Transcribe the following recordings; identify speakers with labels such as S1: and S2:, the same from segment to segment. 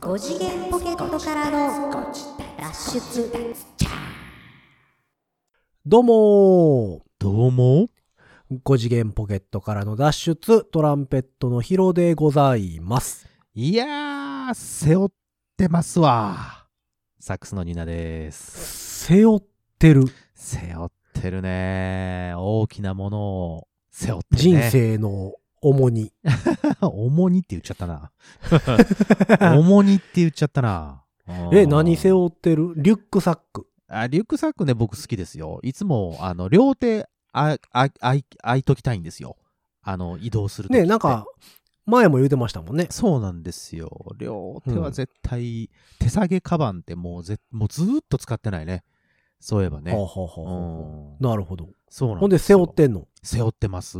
S1: 5次元ポケットからの脱出
S2: どうも
S3: どうも。
S2: ー !5 次元ポケットからの脱出、トランペットのヒロでございます。
S3: いやー、背負ってますわ。サックスのニナです。
S2: 背負ってる
S3: 背負ってるね。大きなものを背負ってる
S2: 人
S3: ね。。
S2: 生の重荷。
S3: 重荷って言っちゃったな。 重荷って言っちゃったな。
S2: え、何背
S3: 負
S2: 負ってるリュックサック。
S3: あリュックサックね、僕好きですよ。いつも、あの、両手、あ、あ、あい、あいときたいんですよ。あの、移動するときっ
S2: ね、
S3: て
S2: なんか、前も言うてましたもんね。
S3: そうなんですよ。両手は絶対、手下げカバンってもうぜもうずーっと使ってないね。そういえばね。
S2: はあはあはあは
S3: うん
S2: あなるほど。
S3: そうなんですよ
S2: ほんで背負ってんの。
S3: 背負ってます。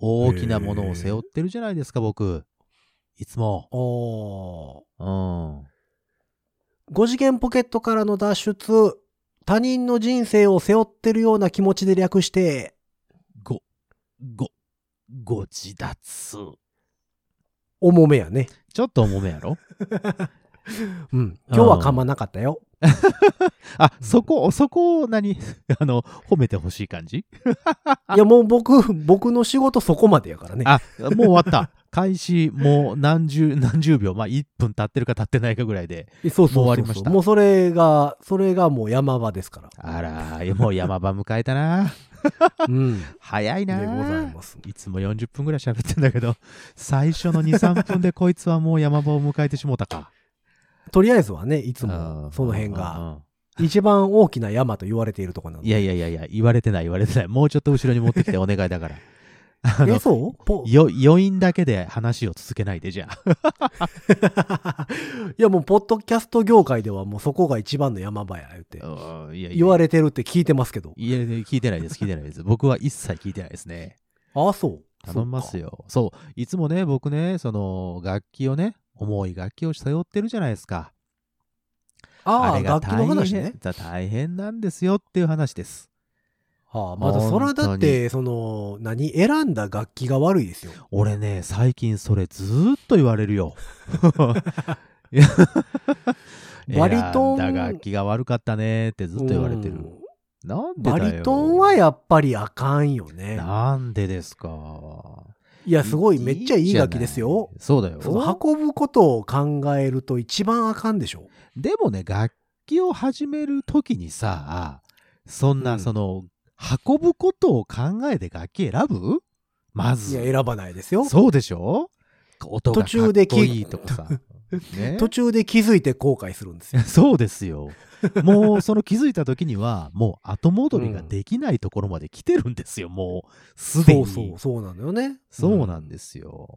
S3: 大きなものを背負ってるじゃないですか、僕。いつも。
S2: あ
S3: うん。
S2: あ。5次元ポケットからの脱出、他人の人生を背負ってるような気持ちで略して、
S3: ご、ご、ご自立。
S2: 重めやね。
S3: ちょっと重めやろ
S2: うん。今日は噛まなかったよ。
S3: あ、そこ、そこを何 あの、褒めてほしい感じ
S2: いや、もう僕、僕の仕事そこまでやからね。
S3: あ、もう終わった。開始、もう何十、 何十秒。まあ、1分経ってるか経ってないかぐらいで。
S2: そうそうそうそう
S3: もう終わりました
S2: もうそれが、それがもう山場です から。
S3: あらー、もう山場迎えたな。
S2: うん。で
S3: 早い
S2: ご
S3: な
S2: ざい
S3: ー。
S2: ます。
S3: いつも40分ぐらい喋ってんだけど、最初の2、3分でこいつはもう山場を迎えてしもうたか。
S2: とりあえずはね、いつ
S3: う
S2: も
S3: ん
S2: その辺。
S3: う
S2: が
S3: んうん
S2: 一番大きな山と言われているところなの
S3: いやいやいやいや、言われてない言われてない。もうちょっと後ろに持ってきてお願いだから。あ
S2: え、
S3: の、
S2: そうポい
S3: よ余韻だけで話を続けないでじゃあ。
S2: や、もう、ポッドキャスト業界ではもうそこが一番の山場や、言って。
S3: うんいやいや
S2: 言われてるって聞いてますけど。
S3: いや、聞いてないです、聞いてないです。僕は一切聞いてないですね。
S2: ああ、そう。
S3: 頼みます
S2: よ。
S3: よ。そう。いつもね、僕ね、その、楽器をね、重い楽器を背負ってるじゃないですか。
S2: ああ、
S3: れが
S2: 楽器の話ね
S3: 大変。だ大変なんですよっていう話です。
S2: ああ、まだ、そらだって、その、何、選んだ楽器が悪いですよ。
S3: 俺ね最近それずーっと言われ るよ
S2: バリトン
S3: 選んだ楽器が悪かったねってずっと言われてる
S2: うん
S3: なんでだ
S2: バ
S3: よ
S2: リトンはやっぱりあかんよね。
S3: なんでですか
S2: いや、すごい、めっちゃいい楽器ですよ
S3: い。いじゃないそうだ
S2: その
S3: よ
S2: 運ぶことを考えると一番あかんでしょ。
S3: でもね楽器を始める時にさそん
S2: う
S3: なんその、運ぶことを考えて楽器選ぶま
S2: いや、
S3: ず
S2: 選ばないですよ。
S3: そうでしょ音がかっこいいとかさ、 ね
S2: 途中で気づいて後悔するんですよ。
S3: そうですよ。もうその気づいた時には、もう後戻りができないところまで来てるんですよ、もうすで
S2: そ
S3: に。
S2: うそう、そうなのよね。
S3: そうなんですよ。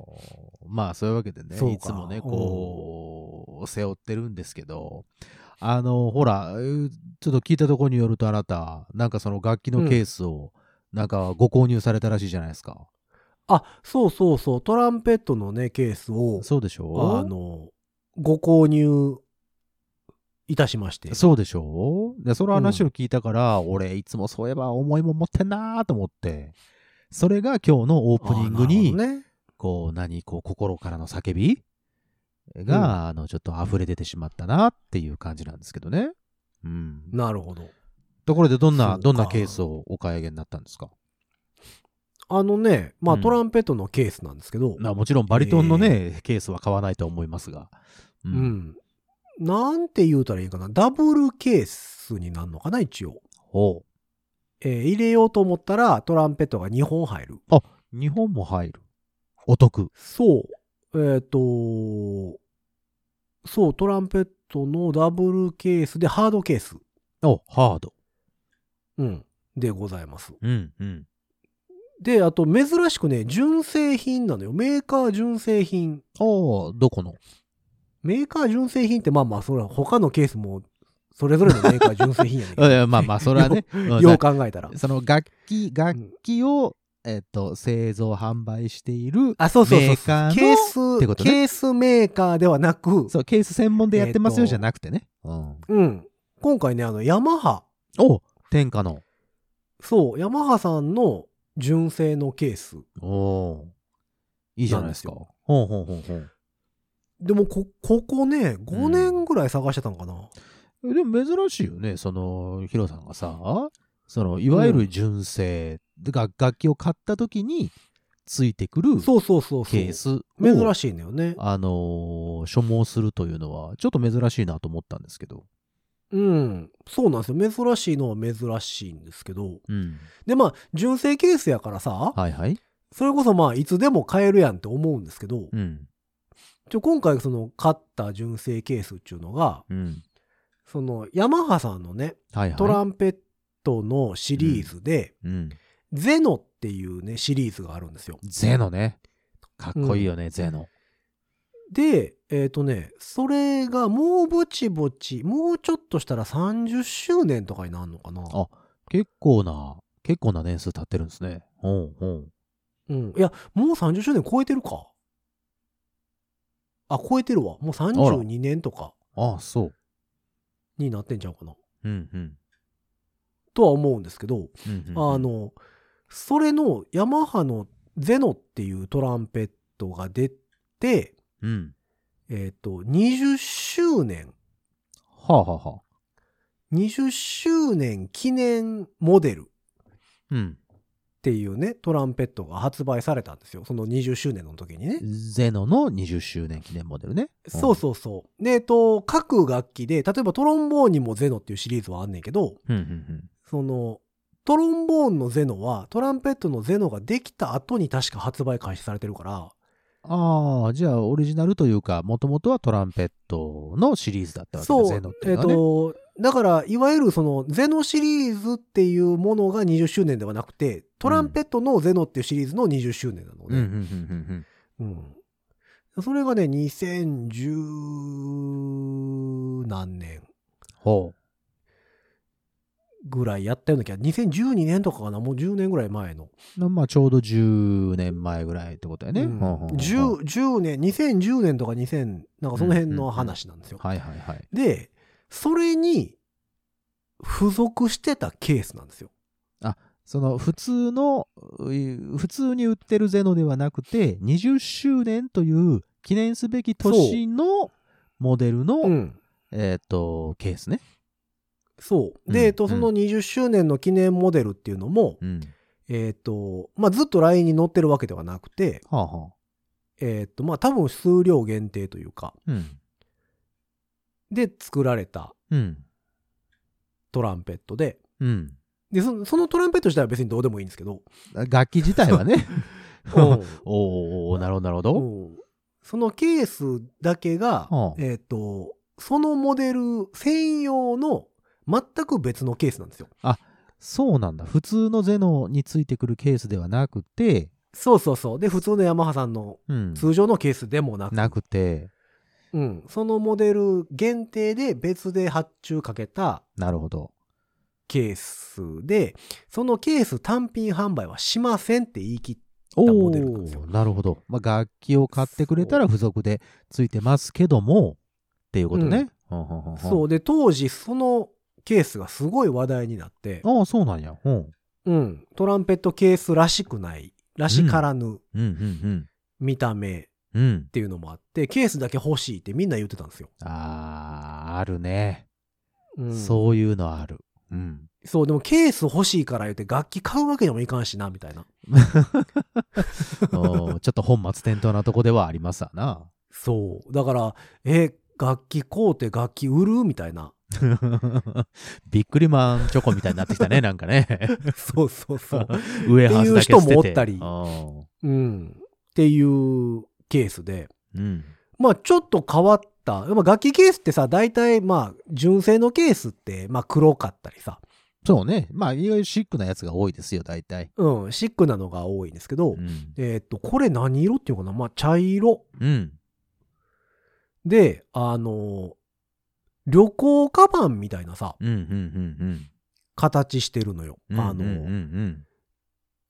S3: まあそういうわけでね、
S2: そうか
S3: いつもね、こう、背負ってるんですけど、あの、ほら、えーちょっと聞いたところによるとあなた、なんかその楽器のケースを、なんかご購入されたらしいじゃないですか。
S2: あ、そうそうそう、トランペットのね、ケースを、
S3: そうでし
S2: あ
S3: ょ
S2: の、ご購入いたしまして。
S3: そうでしょで、その話を聞いたから、俺、いつもそういえば重いもん持ってんなーと思って、それが今日のオープニング
S2: あ
S3: に、
S2: なるほどね。
S3: こう、何、こう、心からの叫びが、あの、ちょっと溢れ出てしまったなっていう感じなんですけどね。うん。
S2: なるほど。
S3: ところで、どん
S2: そう
S3: な、
S2: か
S3: どんなケースをお買い上げになったんですか
S2: あのね、まあ、
S3: うん
S2: トランペットのケースなんですけど、
S3: なもちろん、バリトンのね、ケースは買わないと思いますが。う
S2: う。ん。なんて言うたらいいかな。ダブルケースになるのかな、一応。
S3: ほ
S2: えー入れようと思ったらトランペットが2本入る。
S3: う。日本も入る。お得。
S2: そう。えっ、と、そう、トランペットのダブルケースでハードケース、
S3: お、ハード。
S2: うん、でございます。
S3: うん、うん。
S2: で、あと珍しくね、純正品なのよ。メーカー純正品。
S3: おー、どこの
S2: メーカー純正品ってまあまあ、それは他のケースもそれぞれのメーカー純正品やねんけど
S3: うんまあ まあ、それはね、うん
S2: よう考えたら。
S3: その楽器、楽器を、えっと、製造、販売している、
S2: あ、そうそうそう
S3: メーカーの
S2: ケー
S3: って
S2: ス、
S3: ことね
S2: ケースメーカーではなく、
S3: そう、ケース専門でやってます
S2: え
S3: よ
S2: っと
S3: じゃなくてね。うん。
S2: うん。今回ね、あの、ヤマハ
S3: お天下の。
S2: そう、ヤマハさんの純正のケース。
S3: おーいいじゃないですか。ほうほうほうほう。
S2: でもこ、ここね、5年ぐらい探してたのかな。
S3: えでも珍しいよね、その、ヒロさんがさ、その、いわゆる純正が、楽器を買った時についてくる
S2: そうそうそうそう。
S3: ケースを、
S2: 珍しいんだよね。
S3: あのー所望するというのは、ちょっと珍しいなと思ったんですけど。
S2: うん。そうなんですよ。珍しいのは珍しいんですけど。
S3: うん。
S2: で、まあ、純正ケースやからさ、
S3: はいはい。
S2: それこそまあ、いつでも買えるやんって思うんですけど、
S3: うん。
S2: ちょ今回その買った純正ケースっていうのが、
S3: うん。
S2: その、ヤマハさんのね、
S3: はいはい。
S2: トランペットのシリーズで、
S3: うん。
S2: ゼノっていうね、シリーズがあるんですよ。
S3: ゼノね。かっこいいよね、ゼノ。
S2: で、えっ、とね、それがもうぼちぼち、もうちょっとしたら30周年とかになるのかな。
S3: あ結構な、結構な年数経ってるんですね。ほうほ
S2: う
S3: う。
S2: ん。いや、もう30周年超えてるか。あ、超えてるわ。もう
S3: あら
S2: 32年とか
S3: ああ、そう。
S2: になってんちゃうかな。
S3: うんうん。
S2: とは思うんですけど、
S3: うんうんうん
S2: あ、の、それのヤマハのゼノっていうトランペットが出て、
S3: うん。
S2: えっ、と、20周年、
S3: はあはあはあ。
S2: 20周年記念モデル
S3: うん。
S2: っていうね、トランペットが発売されたんですよ。その20周年の時にね。
S3: ゼノの20周年記念モデルね。
S2: そうそうそう。で、えっと、各楽器で、例えばトロンボーンにもゼノっていうシリーズはあんねんけど、
S3: うん。うんうん
S2: その、トロンボーンのゼノは、トランペットのゼノができた後に確か発売開始されてるから、
S3: うん。ああ、じゃあオリジナルというか、もともとはトランペットのシリーズだったわけ
S2: そ
S3: だ
S2: う、
S3: ゼノってい
S2: え
S3: う
S2: っ
S3: のはね。
S2: と、だから、いわゆるその、ゼノシリーズっていうものが20周年ではなくて、トランペットのゼノっていうシリーズの20周年なの
S3: うん
S2: で、
S3: うんうん
S2: うん。それがね、2010何年
S3: ほ
S2: ぐらいやったような気が、2012年とかかな、もう10年ぐらい前の。
S3: う。まあ、ちょうど10年前ぐらいってことやね。
S2: うん
S3: ほうほうほう
S2: 10, 10年、2010年とか2000、なんかその辺の話なんですよ。
S3: はいはいはい。
S2: で、それに付属してたケースなんですよ。
S3: その普通の、う普通に売ってるゼノではなくて、20周年という記念すべき年のモデルの、
S2: うん。
S3: えっ、と、ケースね。
S2: そう。で、
S3: うん
S2: えっと、その20周年の記念モデルっていうのも、
S3: うん。
S2: えっと、まあ、ずっと LINE に載ってるわけではなくて、
S3: はあはあ。
S2: えっと、まあ、多分数量限定というか、
S3: うん。
S2: で作られた
S3: うん。
S2: トランペットで、
S3: うん。
S2: で、そのそのトランペット自体は別にどうでもいいんですけど、
S3: 楽器自体はね。
S2: うん
S3: おおなるほど、なるほ
S2: う
S3: ど。
S2: んそのケースだけが、
S3: はあ
S2: えっ、と、そのモデル専用の全く別のケースなんですよ。
S3: そうなんだ。普通のゼノについてくるケースではなくて、
S2: そうそうそう。で、普通のヤマハさんの
S3: うん。
S2: 通常のケースでもなく、
S3: なくて、
S2: うん、そのモデル限定で別で発注かけた
S3: なるほど。
S2: ケースで、そのケース単品販売はしませんって言い切っ
S3: お
S2: モデルなんですよ
S3: ーなるほど。まあ、楽器を買ってくれたら付属でついてますけども、っていうことね。
S2: た。そう。で、当時そのケースがすごい話題になって、
S3: ああ、そうなんや。うん。
S2: うん、トランペットケースらしくない、らしからぬ
S3: うんうん
S2: 見た目、
S3: うん。うん
S2: っ。ていうのもあってケースだけ欲しいってみんな言ってたんですよ、
S3: ああ、あるね、
S2: うん
S3: そういうのある。うん。
S2: そうでもケース欲しいから言って楽器買うわけにもいかんしなみたいな
S3: おーちょっと本末転倒なとこではありますわな。
S2: そうだからえ楽器買うて楽器売るみたい な
S3: ビックリマンチョコみたいになってきた ね、なんかね。
S2: そうそう そう、
S3: 上半数だけ捨
S2: っ
S3: てて
S2: ていう人もおったり
S3: あー
S2: うん、っていうケースで
S3: うん。
S2: まあちょっと変わった、まあ、楽器ケースってさ大体まあ純正のケースってまあ黒かったりさ、
S3: そうね。まあ、いわゆるシックなやつが多いですよ、大体。
S2: うん、シックなのが多いんですけど、
S3: うん。
S2: えーっとこれ何色っていうのかなまあ茶色
S3: うん。
S2: で、あの、旅行カバンみたいなさ、
S3: うん、うん、うん、
S2: 形してるのよ。
S3: うん。
S2: あ
S3: うんうんう
S2: の、
S3: ん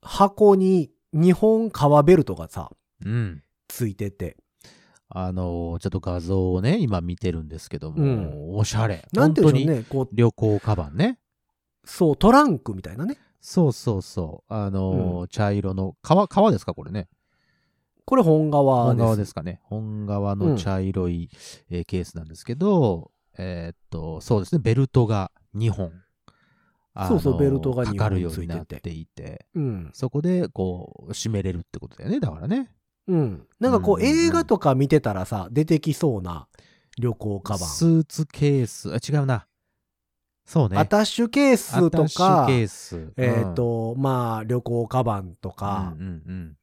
S2: 箱に2本革ベルトがさ、
S3: うん、うん。
S2: ついてて。
S3: あのーちょっと画像をね、今見てるんですけども、
S2: うん
S3: おしゃれ。
S2: なんていうんでしょう
S3: 本
S2: ね、こ
S3: 当に旅行カバンね。
S2: う、そう、トランクみたいなね。
S3: そうそうそう。あのー茶色の、革、革ですか、これね。
S2: これ本革
S3: 本
S2: です。
S3: 革ですかね。本革の茶色い、えーケースなんですけど、えーっと、そうですね、ベルトが2本。あの
S2: そうそうベルトが2本
S3: かかるようになっ
S2: ついて
S3: ていて、
S2: うん。
S3: そこで、こう、締めれるってことだよね、だからね。
S2: うん。なんかこ
S3: う
S2: う、
S3: んうんうん
S2: 映画とか見てたらさ、出てきそうな旅行カバン。
S3: スーツケース、あ、違うな。そうね。
S2: アタッシュケースと
S3: アタッシュ
S2: か、
S3: ケース。
S2: えっ、
S3: うん、
S2: と、まあ、旅行カバンとか
S3: うん、うんうん。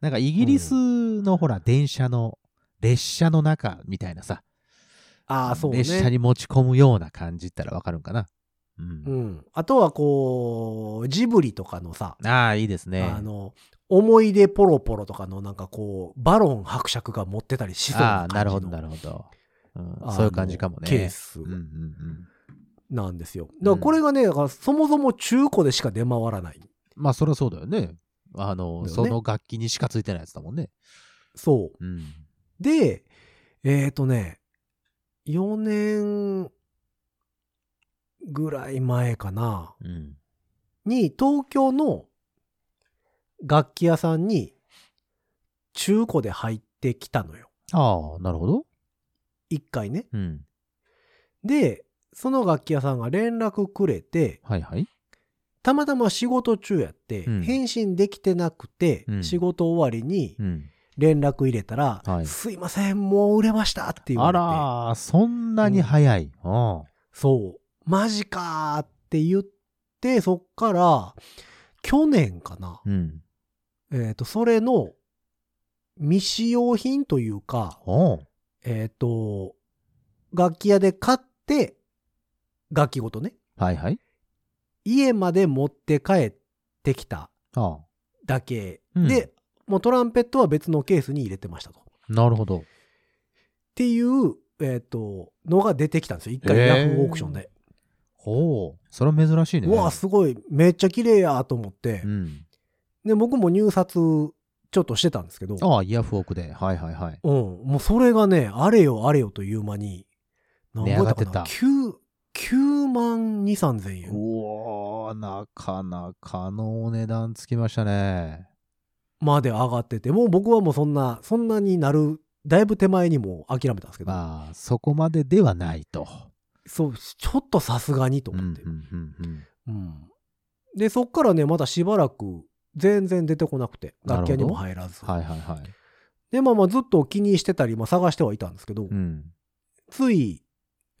S3: なんかイギリスのほら、電車の、列車の中みたいなさ、
S2: ああ、そうね。
S3: 列車に持ち込むような感じったらわかるんかな。うん。
S2: うん。あとはこう、ジブリとかのさ、
S3: ああ、いいですね。
S2: あの、思い出ポロポロとかのなんかこう、バロン伯爵が持ってたりしそう
S3: あ
S2: な
S3: あ、な
S2: 感
S3: る
S2: じ
S3: ほど、
S2: の
S3: なるほど。うん
S2: あの
S3: そういう感じかもね。
S2: ケース
S3: うんうんうん。
S2: なんですよ。だからこれがね、だからそもそも中古でしか出回らない。
S3: まあ、そりゃそうだよね。あの、
S2: だよね
S3: その楽器にしかついてないやつだもんね。
S2: そう。
S3: うん。
S2: で、えっ、とね、4年ぐらい前かな、
S3: うん。
S2: に東京の楽器屋さんに中古で入ってきたのよ。
S3: ああ、なるほど。
S2: 一回ね。
S3: うん。
S2: で、その楽器屋さんが連絡くれて、
S3: はいはい。
S2: たまたま仕事中やって、
S3: うん
S2: 返信できてなくて、
S3: うん
S2: 仕事終わりに
S3: うん。
S2: 連絡入れたら、
S3: はい
S2: すいません、もう売れましたって言わ
S3: あ
S2: れて。
S3: らー、そんなに早い。ああ。
S2: そう。マジかーって言って、そっから、去年かな。
S3: うん。
S2: えっ、と、それの未使用品というか、
S3: おう
S2: えっ、と、楽器屋で買って、楽器ごとね、
S3: はいはい。
S2: 家まで持って帰ってきた
S3: ああ。
S2: だけ。
S3: うん
S2: で、もうトランペットは別のケースに入れてましたと。っ
S3: なるほど。
S2: ていう、えっ、と、のが出てきたんですよ。一回ヤフーオークションで。
S3: ほう。それは珍しいね。
S2: うわあ、すごい。めっちゃ綺麗やと思って。
S3: うん。
S2: で、僕も入札ちょっとしてたんですけど、
S3: ああ、イヤフオクで。はいはいはい。
S2: うん、もうそれがね、あれよあれよという間に、何
S3: 値上がってた
S2: 倍だかな 9, 9万2、3千
S3: う
S2: 円
S3: おー、なかなかのお値段つきましたね。
S2: まで上がってて、もう僕はもうそんな、そんなになる、だいぶ手前にもう諦めたんですけど、
S3: まあ、そこまでではないと。
S2: そう、ちょっとさすがにと
S3: うんう
S2: 思って、
S3: んうんうん
S2: うんで、そっからね、またしばらく全然出てこなくて、楽器屋にも入らず。
S3: はいはいはい。
S2: で、まあまあずっと気にしてたり、まあ探してはいたんですけど、
S3: うん。
S2: つい、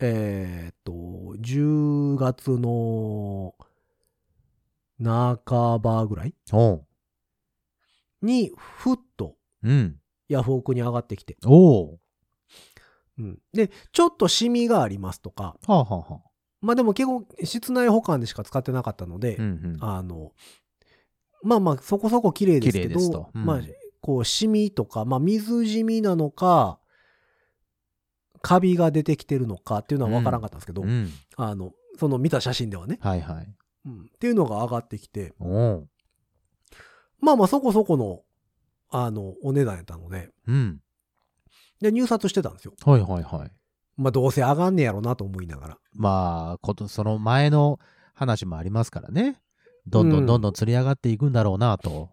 S2: えーっと、10月の半ばぐらい
S3: おう。
S2: に、ふっと
S3: うん。
S2: ヤフオクに上がってきて、
S3: おう。
S2: うんで、ちょっとシミがありますとか、
S3: はあはあはあ。
S2: まあでも結構室内保管でしか使ってなかったので、
S3: うんうん。
S2: あの、まあまあそこそこ綺麗ですけ
S3: 綺麗ですと
S2: ど、
S3: うん
S2: まあ、こう、シミとか、まあ水染みなのか、カビが出てきてるのかっていうのは分からんかったんですけど、
S3: うん。
S2: あの、その見た写真ではね、
S3: はいはい。
S2: うんっていうのが上がってきて、
S3: おう。
S2: まあまあそこそこの、あの、お値段やったので、
S3: うん。
S2: で、入札してたんですよ。
S3: はいはいはい。
S2: まあどうせ上がんねやろなと思いながら。
S3: まあ、こと、その前の話もありますからね。どんど
S2: うん
S3: んどんどん釣り上がっていくんだろうなと。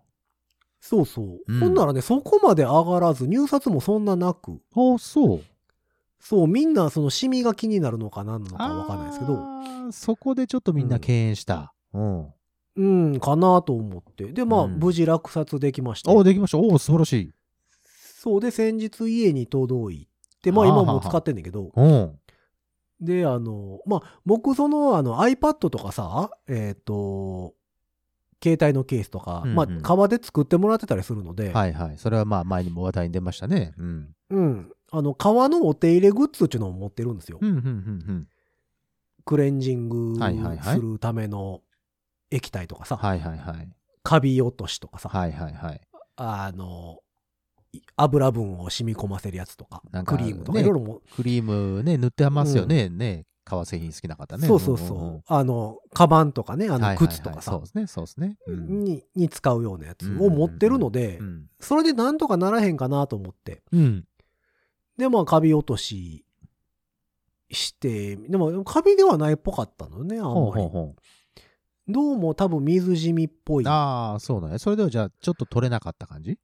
S2: そうそう。
S3: うん
S2: ほんならね、そこまで上がらず、入札もそんななく、
S3: ああ、そう。
S2: そう、みんなそのシミが気になるのか何なのかわかんないですけど、
S3: あーそこでちょっとみんな敬遠した。うん。
S2: うん、かなと思って。で、まあ、
S3: うん
S2: 無事落札できました。
S3: おお、できました。おお、素晴らしい。
S2: そうで、先日家に届いて、まあ
S3: あー
S2: 今も使ってんだけど、
S3: うん。
S2: で、あの、まあ、僕、その、あの、iPad とかさ、えっ、と、携帯のケースとか、
S3: うんうん
S2: まあ、革で作ってもらってたりするので、
S3: はいはい。それはまあ前にも話題に出ましたね。うん。
S2: うん。あの、革のお手入れグッズっていうのを持ってるんですよ。
S3: うん、うん、うん、うん。
S2: クレンジング
S3: はいはいはい
S2: するための液体とかさ、
S3: はいはいはい。
S2: カビ落としとかさ、
S3: はいはいはい。
S2: あの、い油分を染み込ませるやつとか、
S3: なんか
S2: クリームとか、
S3: ね
S2: いろいろも、
S3: クリームね、塗ってますよね。ね。革製品好きな方ね。
S2: そうそうそう、
S3: んんん
S2: あの、カバンとかね、あ
S3: は
S2: の、
S3: いはいはい
S2: 靴とかさ、
S3: そうですね、そうですね。うん。
S2: にに使うようなやつを持ってるので、
S3: うん。
S2: それでなんとかならへんかなと思って。
S3: うん。
S2: で、まあ、カビ落としして、でも、カビではないっぽかったのね、あん
S3: ほう
S2: まり。
S3: ほうほ。。
S2: どうも多分水染みっぽいう
S3: ああ、そうなんや。それではじゃあ、ちょっと取れなかった感じ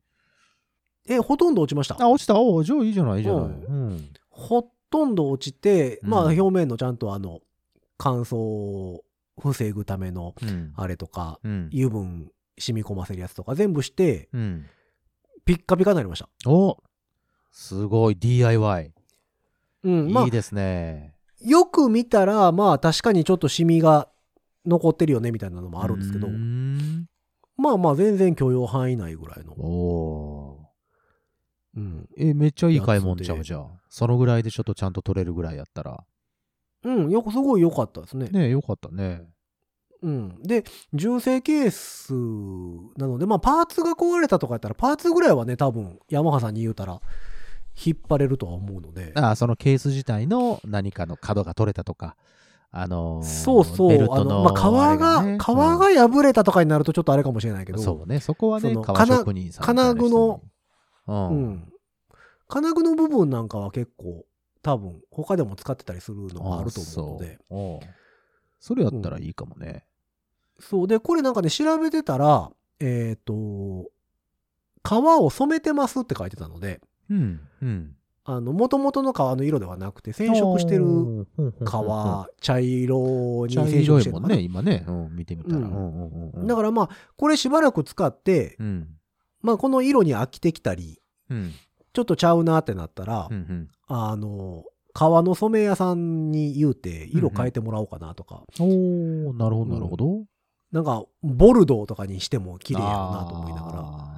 S2: え、ほとんど落ちました。
S3: あ、落ちた。おうじゃあいいじゃない、いいじゃない。
S2: うん
S3: うん。
S2: ほとんど落ちて、まあ
S3: うん
S2: 表面のちゃんとあの、乾燥を防ぐための
S3: うん。
S2: あれとか、
S3: うん。
S2: 油分染み込ませるやつとか全部して、
S3: うん。
S2: ピッカピカになりました。
S3: おすごい、DIY。
S2: うん。まあ
S3: いい、ですね。
S2: よく見たら、まあ確かにちょっとシミが残ってるよねみたいなのもあるんですけど
S3: うー、ん
S2: まあまあ全然許容範囲内ぐらいの。
S3: お
S2: う
S3: ー
S2: ん。
S3: え、めっちゃいい買い物ちゃ
S2: や
S3: う
S2: つ
S3: じゃん。そのぐらいでちょっとちゃんと取れるぐらいやったら。
S2: うん、よく、すごい良かったですね。
S3: ねえ、よかったね。
S2: うん。で、純正ケースなので、まあパーツが壊れたとかやったら、パーツぐらいはね、多分、ヤマハさんに言うたら、引っ張れるとは思うので。
S3: ああ、そのケース自体の何かの角が取れたとか、あのー
S2: そうそ
S3: ベル
S2: う。あ
S3: ト
S2: の、
S3: の
S2: まあ、革が、
S3: あれね
S2: 革が破れたとかになるとちょっとあれかもしれないけ
S3: うん
S2: ど、
S3: そうね、そこはね、
S2: その
S3: 革職人さんみたいな人に
S2: 金金具、
S3: う。
S2: うんん。金具の部分なんかは結構、多分、他でも使ってたりするのがあると思うので。
S3: あそうおうそれやったらいいかもね。
S2: そう。で、これなんかね、調べてたら、えっ、と、革を染めてますって書いてたので、
S3: うん。うん。
S2: あの、元々の革の色ではなくて、染色してる
S3: おー、ほんほんほんほん。
S2: 革、茶色に
S3: 茶
S2: 染色
S3: 色
S2: してる
S3: いも
S2: の
S3: ん
S2: かな
S3: ね、今ね、うん、見てみたら。
S2: うん
S3: うんうんうんうん
S2: だからまあ、これしばらく使って、
S3: うん。
S2: まあ、この色に飽きてきたり、
S3: うん。
S2: ちょっとちゃうなってなったら、
S3: うんうん。
S2: あの、革の染め屋さんに言うて、色変えてもらおうかなとか、
S3: おーなるほど、なるほど。
S2: なんか、ボルドーとかにしても綺麗やろうなと思いながら。
S3: あー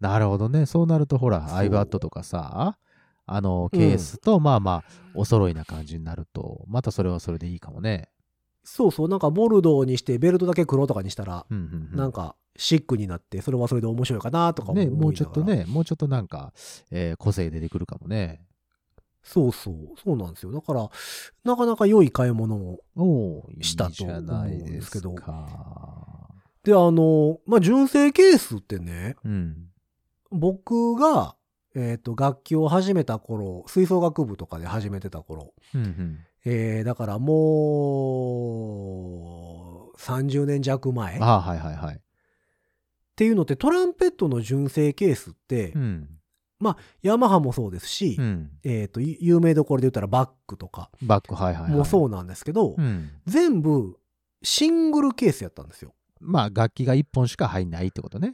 S3: なるほどね。そうなると、ほ
S2: そう
S3: ら、アイバットとかさ、あの、ケースと、まあまあ、お揃いな感じになると、またそれはそれでいいかもね。
S2: そうそう、なんかボルドーにして、ベルトだけ黒とかにしたら、
S3: うんうんうん
S2: なんか、シックになって、それはそれで面白いかなとか思い
S3: ね、
S2: ながら。
S3: もうちょっと。ね、もうちょっとなんか、えー個性出てくるかもね。
S2: そうそう、そうなんですよ。だから、なかなか良い買い物を。
S3: おーいい
S2: したと
S3: じ
S2: 思う
S3: ゃ
S2: ん
S3: ない
S2: で
S3: です
S2: け
S3: す
S2: ど
S3: か。
S2: で、あの、まあ、純正ケースってね、
S3: うん。
S2: 僕が、えっ、と、楽器を始めた頃、吹奏楽部とかで始めてた頃、
S3: うんうん
S2: えーだからもう、30年弱前っ
S3: ああ、はいはいはい。
S2: ていうのって、トランペットの純正ケースって、
S3: うん。
S2: ヤマハもそうですし、
S3: うん。
S2: えっ、と、ゆ有名どころで言ったらバックとか
S3: バック、はいはい、はい。
S2: もそうなんですけど、
S3: うん。
S2: 全部シングルケースやったんですよ。
S3: まあ、楽器が1本しか入んないってことね。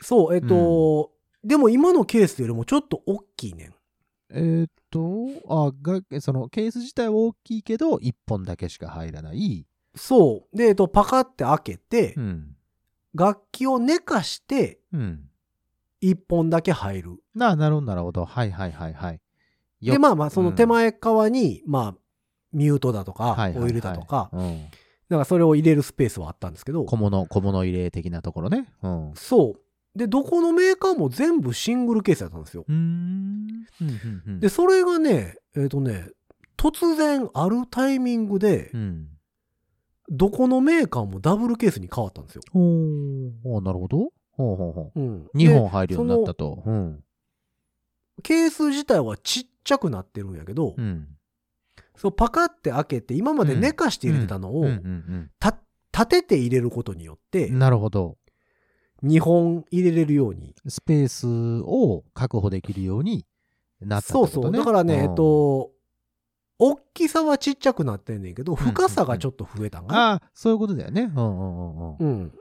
S2: そう、えっ、と、でも今のケースよりもちょっと大きいねん。
S3: えーっと、あ、が、そのケース自体は大きいけど、1本だけしか入らない。
S2: そう。で、えっ、と、パカって開けて、
S3: うん。
S2: 楽器を寝かして、
S3: うん。
S2: 1本だけ入る。
S3: なあ、なるほど、なるほど。はいはいはいはい。よ
S2: で、まあまあ、その手前側に、まあ、ミュートだと
S3: は
S2: か
S3: い、はいはい
S2: オイルだとか、
S3: うん、
S2: なんかそれを入れるスペースはあったんですけど、
S3: 小物、小物入れ的なところね。うん。う
S2: そう。で、どこのメーカーも全部シングルケースだったんですよ。
S3: ーん。うんうん
S2: で、それがね、えっ、とね、突然あるタイミングで
S3: う、ん。
S2: どこのメーカーもダブルケースに変わったんですよ。
S3: ほうほう、なるほど。ほうほうほ
S2: うん。
S3: う。2
S2: で
S3: 本入るようになったと。うん。
S2: ケース自体はちっちゃくなってるんやけど、
S3: うん。
S2: そうパカって開けて、今まで寝かして入れてたの
S3: うん
S2: を、
S3: うん
S2: た立てて入れることによって
S3: うん。、なるほど。
S2: 2本入れれるように
S3: スペースを確保できるようになったって
S2: そ
S3: こ
S2: う
S3: とね。
S2: そう。だからね、
S3: うん
S2: えっと、大きさはちっちゃくなってんねんけど、深さがちょっと増えたんかな。
S3: ああ、そういうことだよね。うんうんうんうん。
S2: うん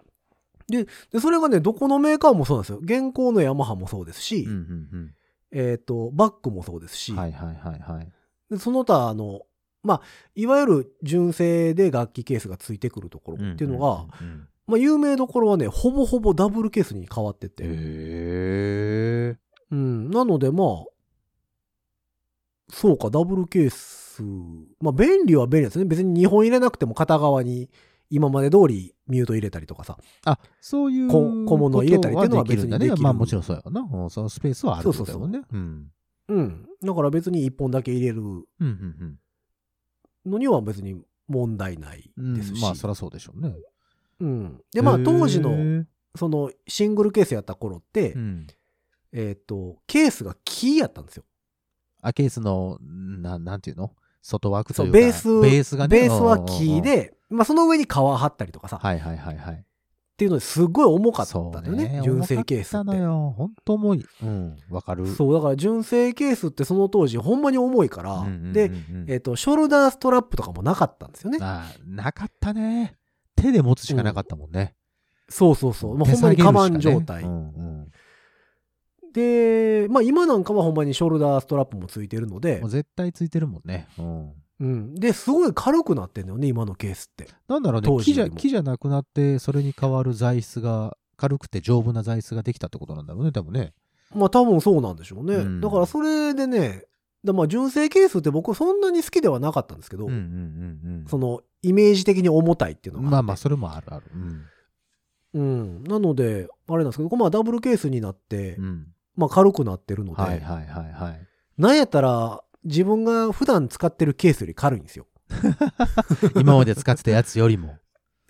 S2: でで、それがね、どこのメーカーもそうなんですよ。現行のヤマハもそうですし、
S3: うんうん
S2: えっ、と、バックもそうです
S3: う
S2: し、
S3: ん。はいはいはいはい。
S2: でその他、あの、まあ、いわゆる純正で楽器ケースがついてくるところっていうのが、
S3: んうんうん、
S2: まあ、有名どころはね、ほぼほぼダブルケースに変わってて、
S3: へえ。
S2: うん。なので、まあ、そうか、ダブルケース。まあ、便利は便利ですね。別に2本入れなくても片側に今まで通りミュート入れたりとかさ。
S3: あ、そういう
S2: こ小物を入れたりっていうのは
S3: ことできるんだ
S2: 別にで
S3: ね
S2: き。る
S3: まあもちろんそうやわな。うんそのスペースはあるってことだもんね。うん。
S2: うん。だから別に1本だけ入れる
S3: うんうん
S2: のには別に問題ない
S3: うん。
S2: ですし。
S3: まあそりゃそうでしょうね。
S2: うん。で、まあ、当時
S3: へ
S2: の、
S3: ー
S2: その、シングルケースやった頃って、
S3: うん。
S2: えっ、と、ケースが木やったんですよ。
S3: あ、ケースの、ななんていうの外枠
S2: そ、
S3: といううか。
S2: ベース、
S3: ベースがね。
S2: ベースは木
S3: うんうんうん。
S2: で、まあ、その上に革張ったりとかさ。
S3: はいはいはいはい。
S2: っっていうのですごい重かったんだよ
S3: そう
S2: ね純正ケース
S3: 重かったの
S2: っ
S3: よ。本当重い。うん。わかる。
S2: てそうだから純正ケースってその当時ほんまに重いから、
S3: うんうんうんうん
S2: で、えっとショルダーストラップとかもなかったんですよね
S3: ななかったね。手で持つしかなかったもんね。
S2: そうそうそう、まあ、
S3: 手
S2: ほんま
S3: 下
S2: に
S3: げ
S2: カ
S3: る
S2: バン
S3: しかね
S2: 状態、
S3: うんうん
S2: で、まあ、今なんかはほんまにショルダーストラップもついてるので
S3: もう、絶対ついてるもんね。うん。
S2: うん、ですごい軽くなってんのよね今のケースって
S3: なんだろうね
S2: 当
S3: 木
S2: 時
S3: じ
S2: よ
S3: ゃ、
S2: りも
S3: 木じゃなくなって、それに代わる材質が、軽くて丈夫な材質ができたってことなんだろうね、多分ね。
S2: まあ多分そうなんでしょうね、
S3: うん
S2: だからそれでねだまあ純正ケースって僕そんなに好きではなかったんですけど、
S3: うんうんうんうん。
S2: そのイメージ的に重たいっていうのが
S3: ま
S2: あ
S3: あ
S2: って
S3: まあ、それもあるある。うん。
S2: うん、なのであれなんですけど、まあ、ダブルケースになって、
S3: うん。
S2: まあ、軽くなってるので、
S3: はいはいはいはい。
S2: なんやったら自分が普段使ってるケースより軽いんですよ
S3: 今まで使ってたやつより も。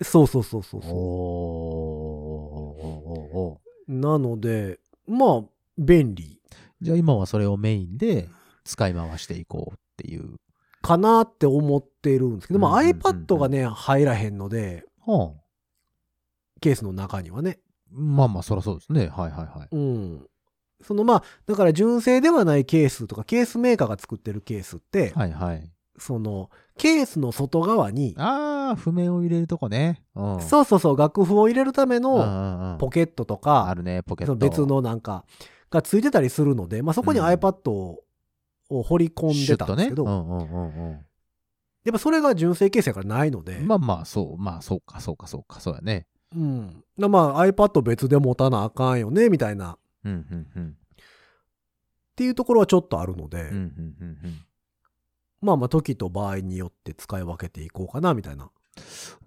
S2: そうそうそうそう
S3: おー
S2: そ
S3: おーおーおー
S2: うなのでまあ便利
S3: じゃあ今はそれをメインで使い回していこうっていう。
S2: かなって思ってるんですけど、まあ、
S3: うんうんうんうん
S2: iPad がね入らへんので
S3: はあ、
S2: ケースの中にはね
S3: まあまあ、そりゃそうですね。はいはいはい。
S2: うんそのまあだから純正ではないケースとかケースメーカーが作ってるケースって、
S3: はいはい。
S2: そのケースの外側に
S3: ああ、譜面を入れるとこね。うん。
S2: そうそうそう楽譜を入れるため
S3: うんう
S2: の
S3: んうん
S2: ポケットと
S3: あ
S2: か
S3: るね、ポケッ
S2: そ
S3: ト。
S2: の別のなんかがついてたりするので、まあ、そこに
S3: うん
S2: iPad をを掘り込ん
S3: シュ
S2: でた
S3: ッと
S2: んです
S3: ね。
S2: けど、
S3: うんうんうんう
S2: やっぱそれが純正ケースやからないので、
S3: ん。まあまあ、そう、まあそうか、そうか、そうか、そうやね。
S2: うん、だまあ iPad 別で持たなあかんよねみたいなっ
S3: うんうんうん。
S2: ていうところはちょっとあるので、
S3: うんうんうんうん。
S2: まあまあ時と場合によって使い分けていこうかなみたいな。
S3: だ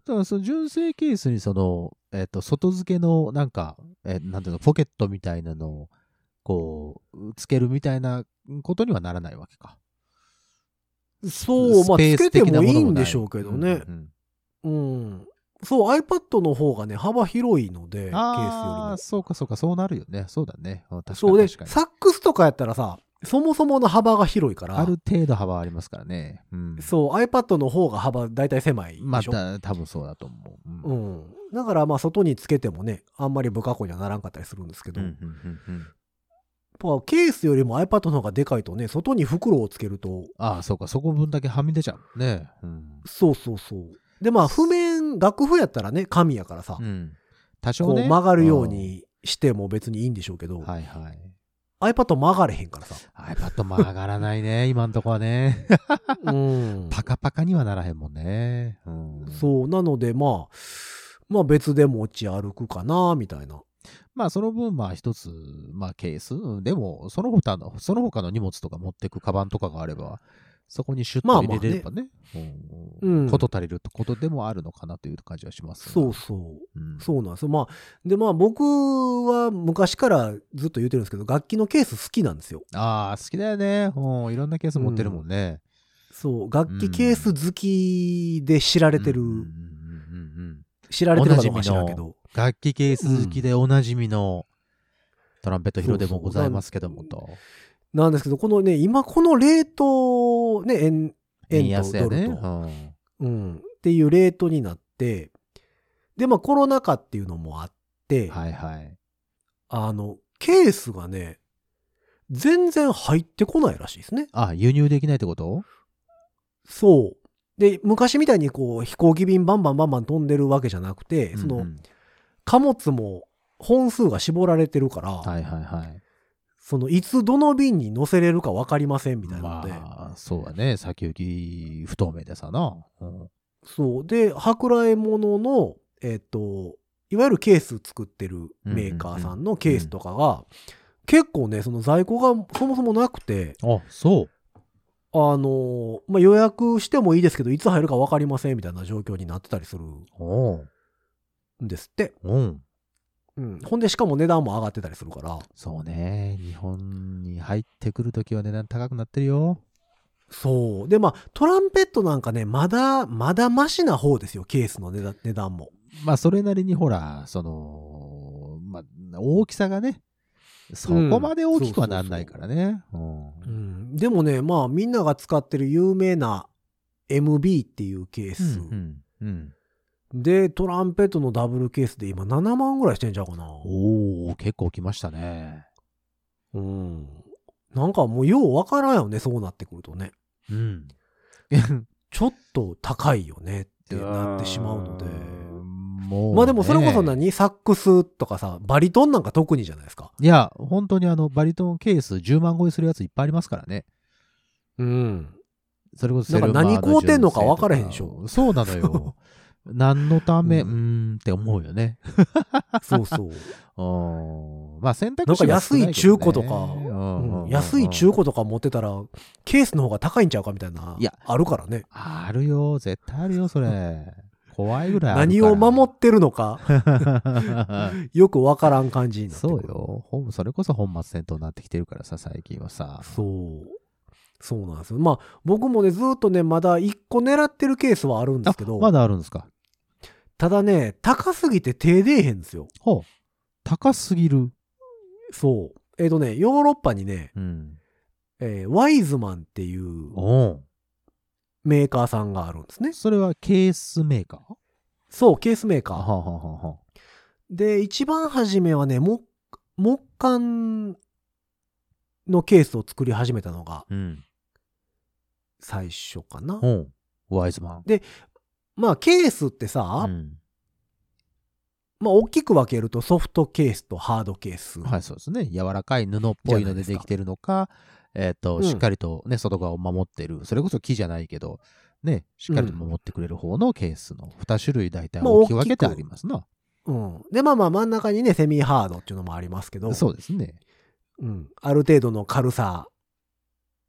S3: からその純正ケースにその、えっと外付けのなんか、えーなんていうのポケットみたいなのをこうつけるみたいなことにはならないわけか。
S2: そう、まあ
S3: スペ
S2: つ
S3: ー
S2: け
S3: ス
S2: て
S3: 的な
S2: も
S3: も
S2: い
S3: のない
S2: んでしょうけどね。
S3: うんうん
S2: うん。そう、iPad の方がね、幅広いので、ケースより
S3: ああ
S2: も。
S3: そうかそうかそうなるよねそうだねうん確か
S2: そうで、
S3: に確
S2: サ
S3: かに
S2: ックスとかやったらさ、そもそもの幅が広いから、
S3: ある程度幅ありますからね、うん、
S2: そう、iPad の方が幅大体狭いでしょ。
S3: まあた多分そうだと思う、うん
S2: うん。だからまあ外につけてもね、あんまり不格好にはならんかったりするんですけ
S3: う
S2: ど、
S3: んうんうんうん
S2: やっぱケースよりも iPad の方がでかいとね、外に袋をつけると、
S3: ああそうかそこ分だけはみ出ちゃうね、うん
S2: そうそうそう。でまあ譜面、楽譜やったらね、紙やからさ、
S3: うん、多
S2: こ
S3: 少
S2: う
S3: ね
S2: 曲がるようにしても別にいいんでしょうけど、
S3: うんはいはい
S2: iPad 曲がれへんからさ。
S3: iPad 曲がらないね、今んとこはね。
S2: うん
S3: パカパカにはならへんもんね。うん、
S2: そう、なのでまあ、まあ別で持ち歩くかな、みたいな。
S3: まあ、その分、まあ、一つ、まあ、ケース。うんでも、その他の、その他の荷物とか持ってくカバンとかがあれば、そこにシュッ
S2: ま
S3: と
S2: あまあ
S3: 入れれればね。
S2: う
S3: うん
S2: ん
S3: こと足りるってことでもあるのかなという感じはしますが。
S2: そうそう。
S3: うん。
S2: そうなんですよ。まあ、でまあ僕は昔からずっと言ってるんですけど、楽器のケース好きなんですよ。
S3: ああ、好きだよね。うん。いろんなケース持ってるもんね。
S2: そう、楽器ケース好きで知られてる、
S3: うんうんうんうんうん
S2: 知られてるかどうかは知らんけど、
S3: 楽器ケース好きでおなじみの、トランペットヒロでもございますけどもと。
S2: なんですけど、このね、今このレート、ね、円、
S3: 円
S2: 円
S3: 安
S2: と
S3: や
S2: ド
S3: ね。
S2: ル
S3: う
S2: と、
S3: ん
S2: うん、っていうレートになって、で、まあコロナ禍っていうのもあって、
S3: はいはい。
S2: あの、ケースがね、全然入ってこないらしいですね。
S3: あ、輸入できないってこと
S2: そう。で、昔みたいにこう飛行機便バンバンバンバン飛んでるわけじゃなくて、そ
S3: うんう
S2: の
S3: ん
S2: 貨物も本数が絞られてるから、
S3: はいはいはい。
S2: そのいつどの便に乗せれるか分かりませんみたいなので、
S3: まあ、そうだね。先行き不透明でさな。うん
S2: そう。で、舶来物の、えっ、と、いわゆるケース作ってるメーカーさんのケースとかが、結構ね、その在庫がそもそもなくて、
S3: あ、そう。
S2: あのーまあ、予約してもいいですけど、いつ入るか分かりませんみたいな状況になってたりするん
S3: おう
S2: ですって。
S3: うん。
S2: うん。ほんで、しかも値段も上がってたりするから、
S3: そうね。日本に入ってくるときは値段高くなってるよ。
S2: そう。で、まあ、トランペットなんかね、まだ、まだマシな方ですよ、ケースの値段値段も。
S3: まあ、それなりにほら、その、まあ、大きさがね、そこまで大きくはなんないからね。うん
S2: うん。でもね、まあ、みんなが使ってる有名な MB っていうケー
S3: う
S2: ス。
S3: んうんうん
S2: で、トランペットのダブルケースで今7万ぐらいしてんちゃうかな。
S3: おお結構来ましたね。
S2: うん。なんかもうようわからんよね、そうなってくるとね。
S3: うん。
S2: ちょっと高いよねってなってしまうので。
S3: もう、
S2: まあでもそれこそ
S3: ね。
S2: 何サックスとかさ、バリトンなんか特にじゃないですか。
S3: いや、本当にあの、バリトンケース10万超えするやついっぱいありますからね。
S2: うん。
S3: それこそセルマー
S2: なんか何
S3: の
S2: 買うてんのか
S3: 純正
S2: 分からへんでしょ
S3: とかそうなの よ。何のため、う
S2: うん
S3: ーんって思うよね。
S2: そうそう。
S3: うーんまあ選択
S2: なんか
S3: 肢は少
S2: 安
S3: ないいけど
S2: 中古
S3: ね
S2: と か、
S3: うんうん
S2: う
S3: うんん
S2: 安い中古とか持ってたら、ケースの方が高いんちゃうかみたいな、
S3: いや
S2: あるからね。
S3: あるよ、絶対あるよ、それ。怖いぐらいある
S2: 何を守ってるのか、
S3: っ
S2: よくわからん感じになってく
S3: そ
S2: る
S3: う。よ。ほんそれこそ本末転倒になってきてるからさ、最近はさ。
S2: そう。そうなんですよ。まあ、僕もね、ずっとね、まだ1個狙ってるケースはあるんで
S3: あ
S2: すけど、
S3: まだあるんですか。
S2: ただね、高すぎて手出えへんですよ。
S3: ほう。高すぎる。
S2: そう。えっ、とね、ヨーロッパにね、
S3: うん。
S2: えーワイズマンっていう
S3: おう
S2: メーカーさんがあるんですね。
S3: それはケースメーカー
S2: そう、ケースメーカ
S3: あ
S2: ー。
S3: はあはあはあはあ
S2: で、一番初めはね、木、木管のケースを作り始めたのが
S3: うん。
S2: 最初かな。
S3: おうワイズマン。
S2: まあ、ケースってさ、
S3: うん
S2: まあ、大きく分けるとソフトケースとハードケース。
S3: はい、そうですね。柔らかい布っぽいのでできてるのか、えっ、と、
S2: うん
S3: しっかりとね、外側を守ってる。それこそ木じゃないけど、ね、しっかりと守ってくれる方のケースの2種類大体
S2: まあ
S3: 大きく分けて
S2: 大きく
S3: ありますな。
S2: うん。で、まあまあ真ん中にね、セミハードっていうのもありますけど、
S3: そうですね。
S2: うん。ある程度の軽さ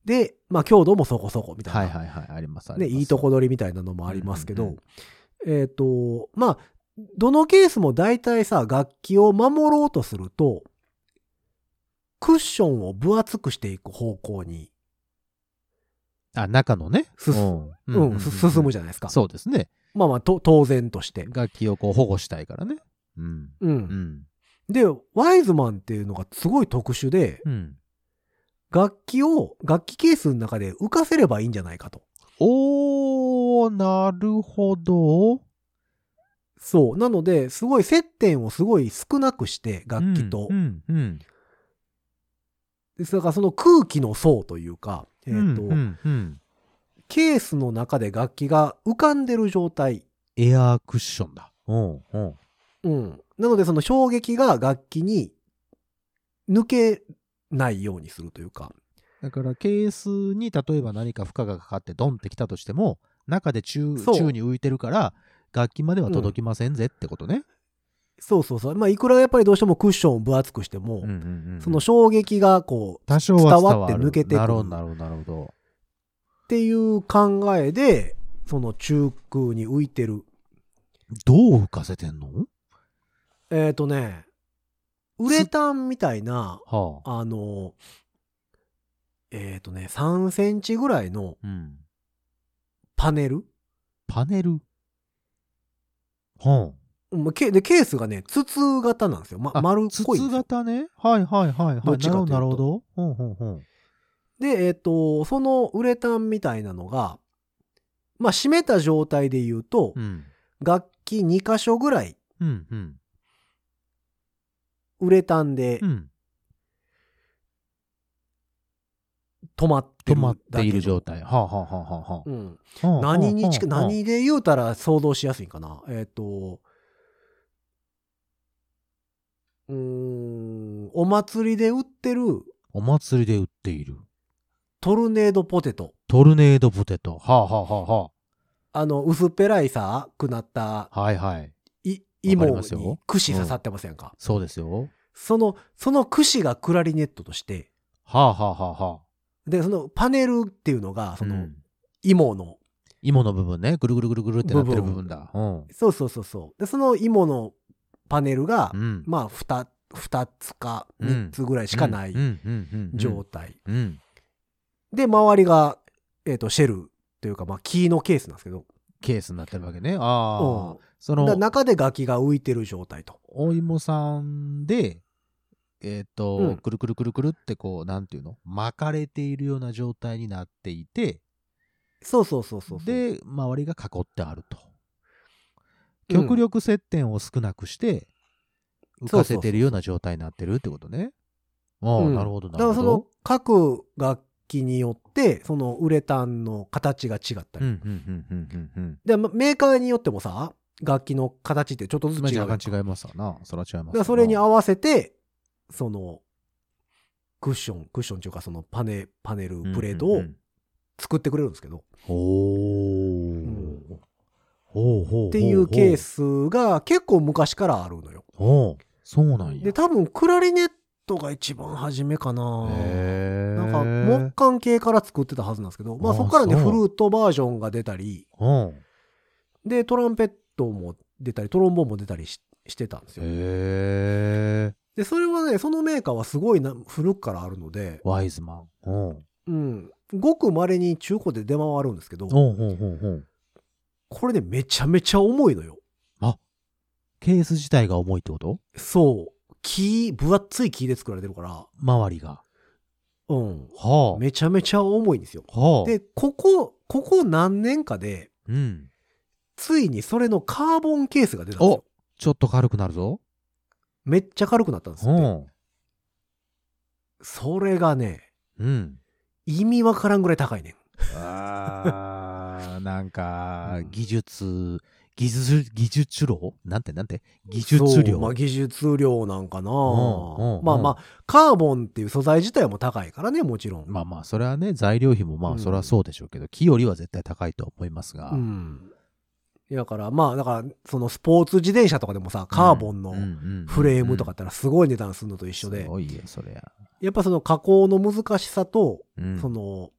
S2: で、まあ、強度もそこそこみたいな。
S3: はいはいはい、あります。あり
S2: ね、
S3: ます
S2: いいとこ取りみたいなのもありますけど、
S3: うんうん
S2: えっ、と、まあ、どのケースも大体さ、楽器を守ろうとすると、クッションを分厚くしていく方向に、
S3: あ、中のね。
S2: 進
S3: む
S2: うん、す進む
S3: じ
S2: じゃないです
S3: ゃ
S2: か。
S3: そうですね。
S2: まあまあ、と当然として。
S3: 楽器をこう保護したいからね。うん。
S2: う。
S3: うんん。
S2: で、ワイズマンっていうのがすごい特殊で、
S3: うん。
S2: 楽器を、楽器ケースの中で浮かせればいいんじゃないかと。
S3: おー、なるほど。
S2: そう。なので、すごい接点をすごい少なくして、楽器と。
S3: うん。うん。うん
S2: ですだからその空気の層というか、えっ、と、
S3: うんうん。
S2: ケースの中で楽器が浮かんでる状態。
S3: エアークッションだ。うん。うん。
S2: うん。なのでその衝撃が楽器に抜けないようにするというか。
S3: だからケースに例えば何か負荷がかかってドンってきたとしても中で宙
S2: そう
S3: 宙に浮いてるから楽器までは届きませんぜってことね。
S2: そうそうそう。まあいくらやっぱりどうしてもクッションを分厚くしても、
S3: うんうんうん
S2: その衝撃がこう、
S3: 多少は伝わる
S2: 伝わって抜けてくる
S3: なるほどなるほどなるほど。
S2: っていう考えで、その中空に浮いてる。
S3: どう浮かせてんの
S2: えっ、ー、とね、ウレタンみたいな、
S3: はあ。
S2: あの、えっ、ー、とね、3センチぐらいの
S3: うん。
S2: パネル
S3: パネル。は
S2: うんケでケースがね、筒型なんですよ。ま
S3: あ。あ
S2: 丸っこいんですよ
S3: 筒型ね。はいはいはい
S2: ど
S3: は
S2: っ
S3: い。
S2: ち
S3: な
S2: かとい
S3: るほど
S2: うと
S3: なるほど。ほんほんほん。
S2: で、えっ、と、そのウレタンみたいなのが、まあ、締めた状態で言うと、
S3: うん。
S2: 楽器2箇所ぐらい
S3: うんうん。
S2: ウレタンで
S3: うん。
S2: 止まって
S3: 止
S2: る
S3: ま
S2: だ
S3: っ
S2: けの
S3: ている状態。はあはあはあはあは
S2: うん。
S3: あはあ。
S2: 何に近、
S3: はあはあ
S2: 何で言うたら想像しやすいんかな。えっ、と、うーん、お祭りで売ってる
S3: お祭りで売っている。
S2: トルネードポテト。
S3: トルネードポテト。はあはあはあは
S2: あの、薄っぺらいさ、くなった、
S3: あ。はいはい。
S2: い、
S3: わかり
S2: 芋
S3: ますよ
S2: に串刺さってませんか。
S3: そうですよ。
S2: その、その櫛がクラリネットとして、
S3: はあはあはあはあ。
S2: で、そのパネルっていうのが、その、
S3: うん
S2: 芋の、
S3: 芋の部分ね。ぐるぐるぐるぐるってなって
S2: 部
S3: る部
S2: 分
S3: 分だ。うん。
S2: そうそうそうそう。で、その芋のパネルが、
S3: うん。
S2: まあ、二、二つか
S3: うん
S2: 三つぐらいしかない
S3: うんうんうんうん
S2: 状態。
S3: うん。
S2: で、周りが、えっ、と、シェルというか、まあ、木のケースなんですけど、
S3: ケースになってるわけね。
S2: う
S3: ああ
S2: ん。
S3: そ
S2: だから
S3: の、
S2: 中でガキが浮いてる状態と。
S3: お芋さんで、えっ
S2: うん
S3: と、くるくるくるくるってこう、なんていうの巻かれているような状態になっていて、
S2: そうそうそうそうそう。
S3: で、周りが囲ってあると。極力接点を少なくして、浮かせてるような状態になってるってことね。ああ、
S2: うん
S3: なるほど、な
S2: だか
S3: る
S2: ら
S3: ほ
S2: そ
S3: ど。
S2: の各楽器によってそのウレタンの形が違ったり、
S3: うんうんうんうんうん
S2: でまメーカーによってもさ楽器の形ってちょっと
S3: う
S2: ずつ
S3: ん。まあ、
S2: 違うやん
S3: 若干違いますわな。それは違
S2: だか
S3: いますわ
S2: ら
S3: な。
S2: それに合わせてそのクッションクッションっていうかそのパネパネルプレート
S3: うんう
S2: を
S3: んうん
S2: 作ってくれるんですけど、うん
S3: ほうほうほうほう。
S2: っていうケー。スが結構昔からあるのよ。
S3: ほう。そうなんや。
S2: で多分クラリネットが一番初めかな。
S3: へ
S2: なんか木
S3: え。
S2: 管系から作ってたはずなんですけど、まあ
S3: あー
S2: そこからね
S3: そう
S2: フルートバージョンが出たり
S3: うん。
S2: でトランペットも出たりトロンボーンも出たりししてたんですよ。
S3: へえ。
S2: でそれはねそのメーカーはすごいな古くからあるので、
S3: ワイズマン。うん。うん
S2: うん、ごくまれに中古で出回るんですけど、
S3: うんうんうん。
S2: これねめちゃめちゃ重いのよ。
S3: ケース自体が重いってこと
S2: そう木分厚い木で作られてるから、
S3: 周りが。
S2: うん、
S3: は
S2: めちゃめちゃ重いんですよ。
S3: あ。はあ。
S2: でここここ何年かで
S3: うん。
S2: ついにそれのカーボンケースが出たんですよ。
S3: ちょっと軽くなるぞ。
S2: めっちゃ軽くなったんです
S3: う
S2: よ。
S3: ん。
S2: それがね、
S3: うん。
S2: 意味わからんぐらい高いねん。
S3: あーなんか
S2: う、ん技
S3: 技術、技術、技術量なんてなんて技術
S2: そ
S3: 量。
S2: うまあ、技術量なんかな、
S3: うんうん
S2: まあまあ、カーボンっていう素材自体も高いからね、もちろん。
S3: まあまあ、それはね、材料費もま
S2: うん
S3: あ、それはそうでしょうけど、木よりは絶対高いと思いますが。
S2: うん。だから、まあ、だから、そのスポーツ自転車とかでもさ、カーボンのフレームとかだったらすごい値段するのと一
S3: 一
S2: 緒で、
S3: すごいよ、それや。
S2: やっぱその加工の難しさと、
S3: うん
S2: その、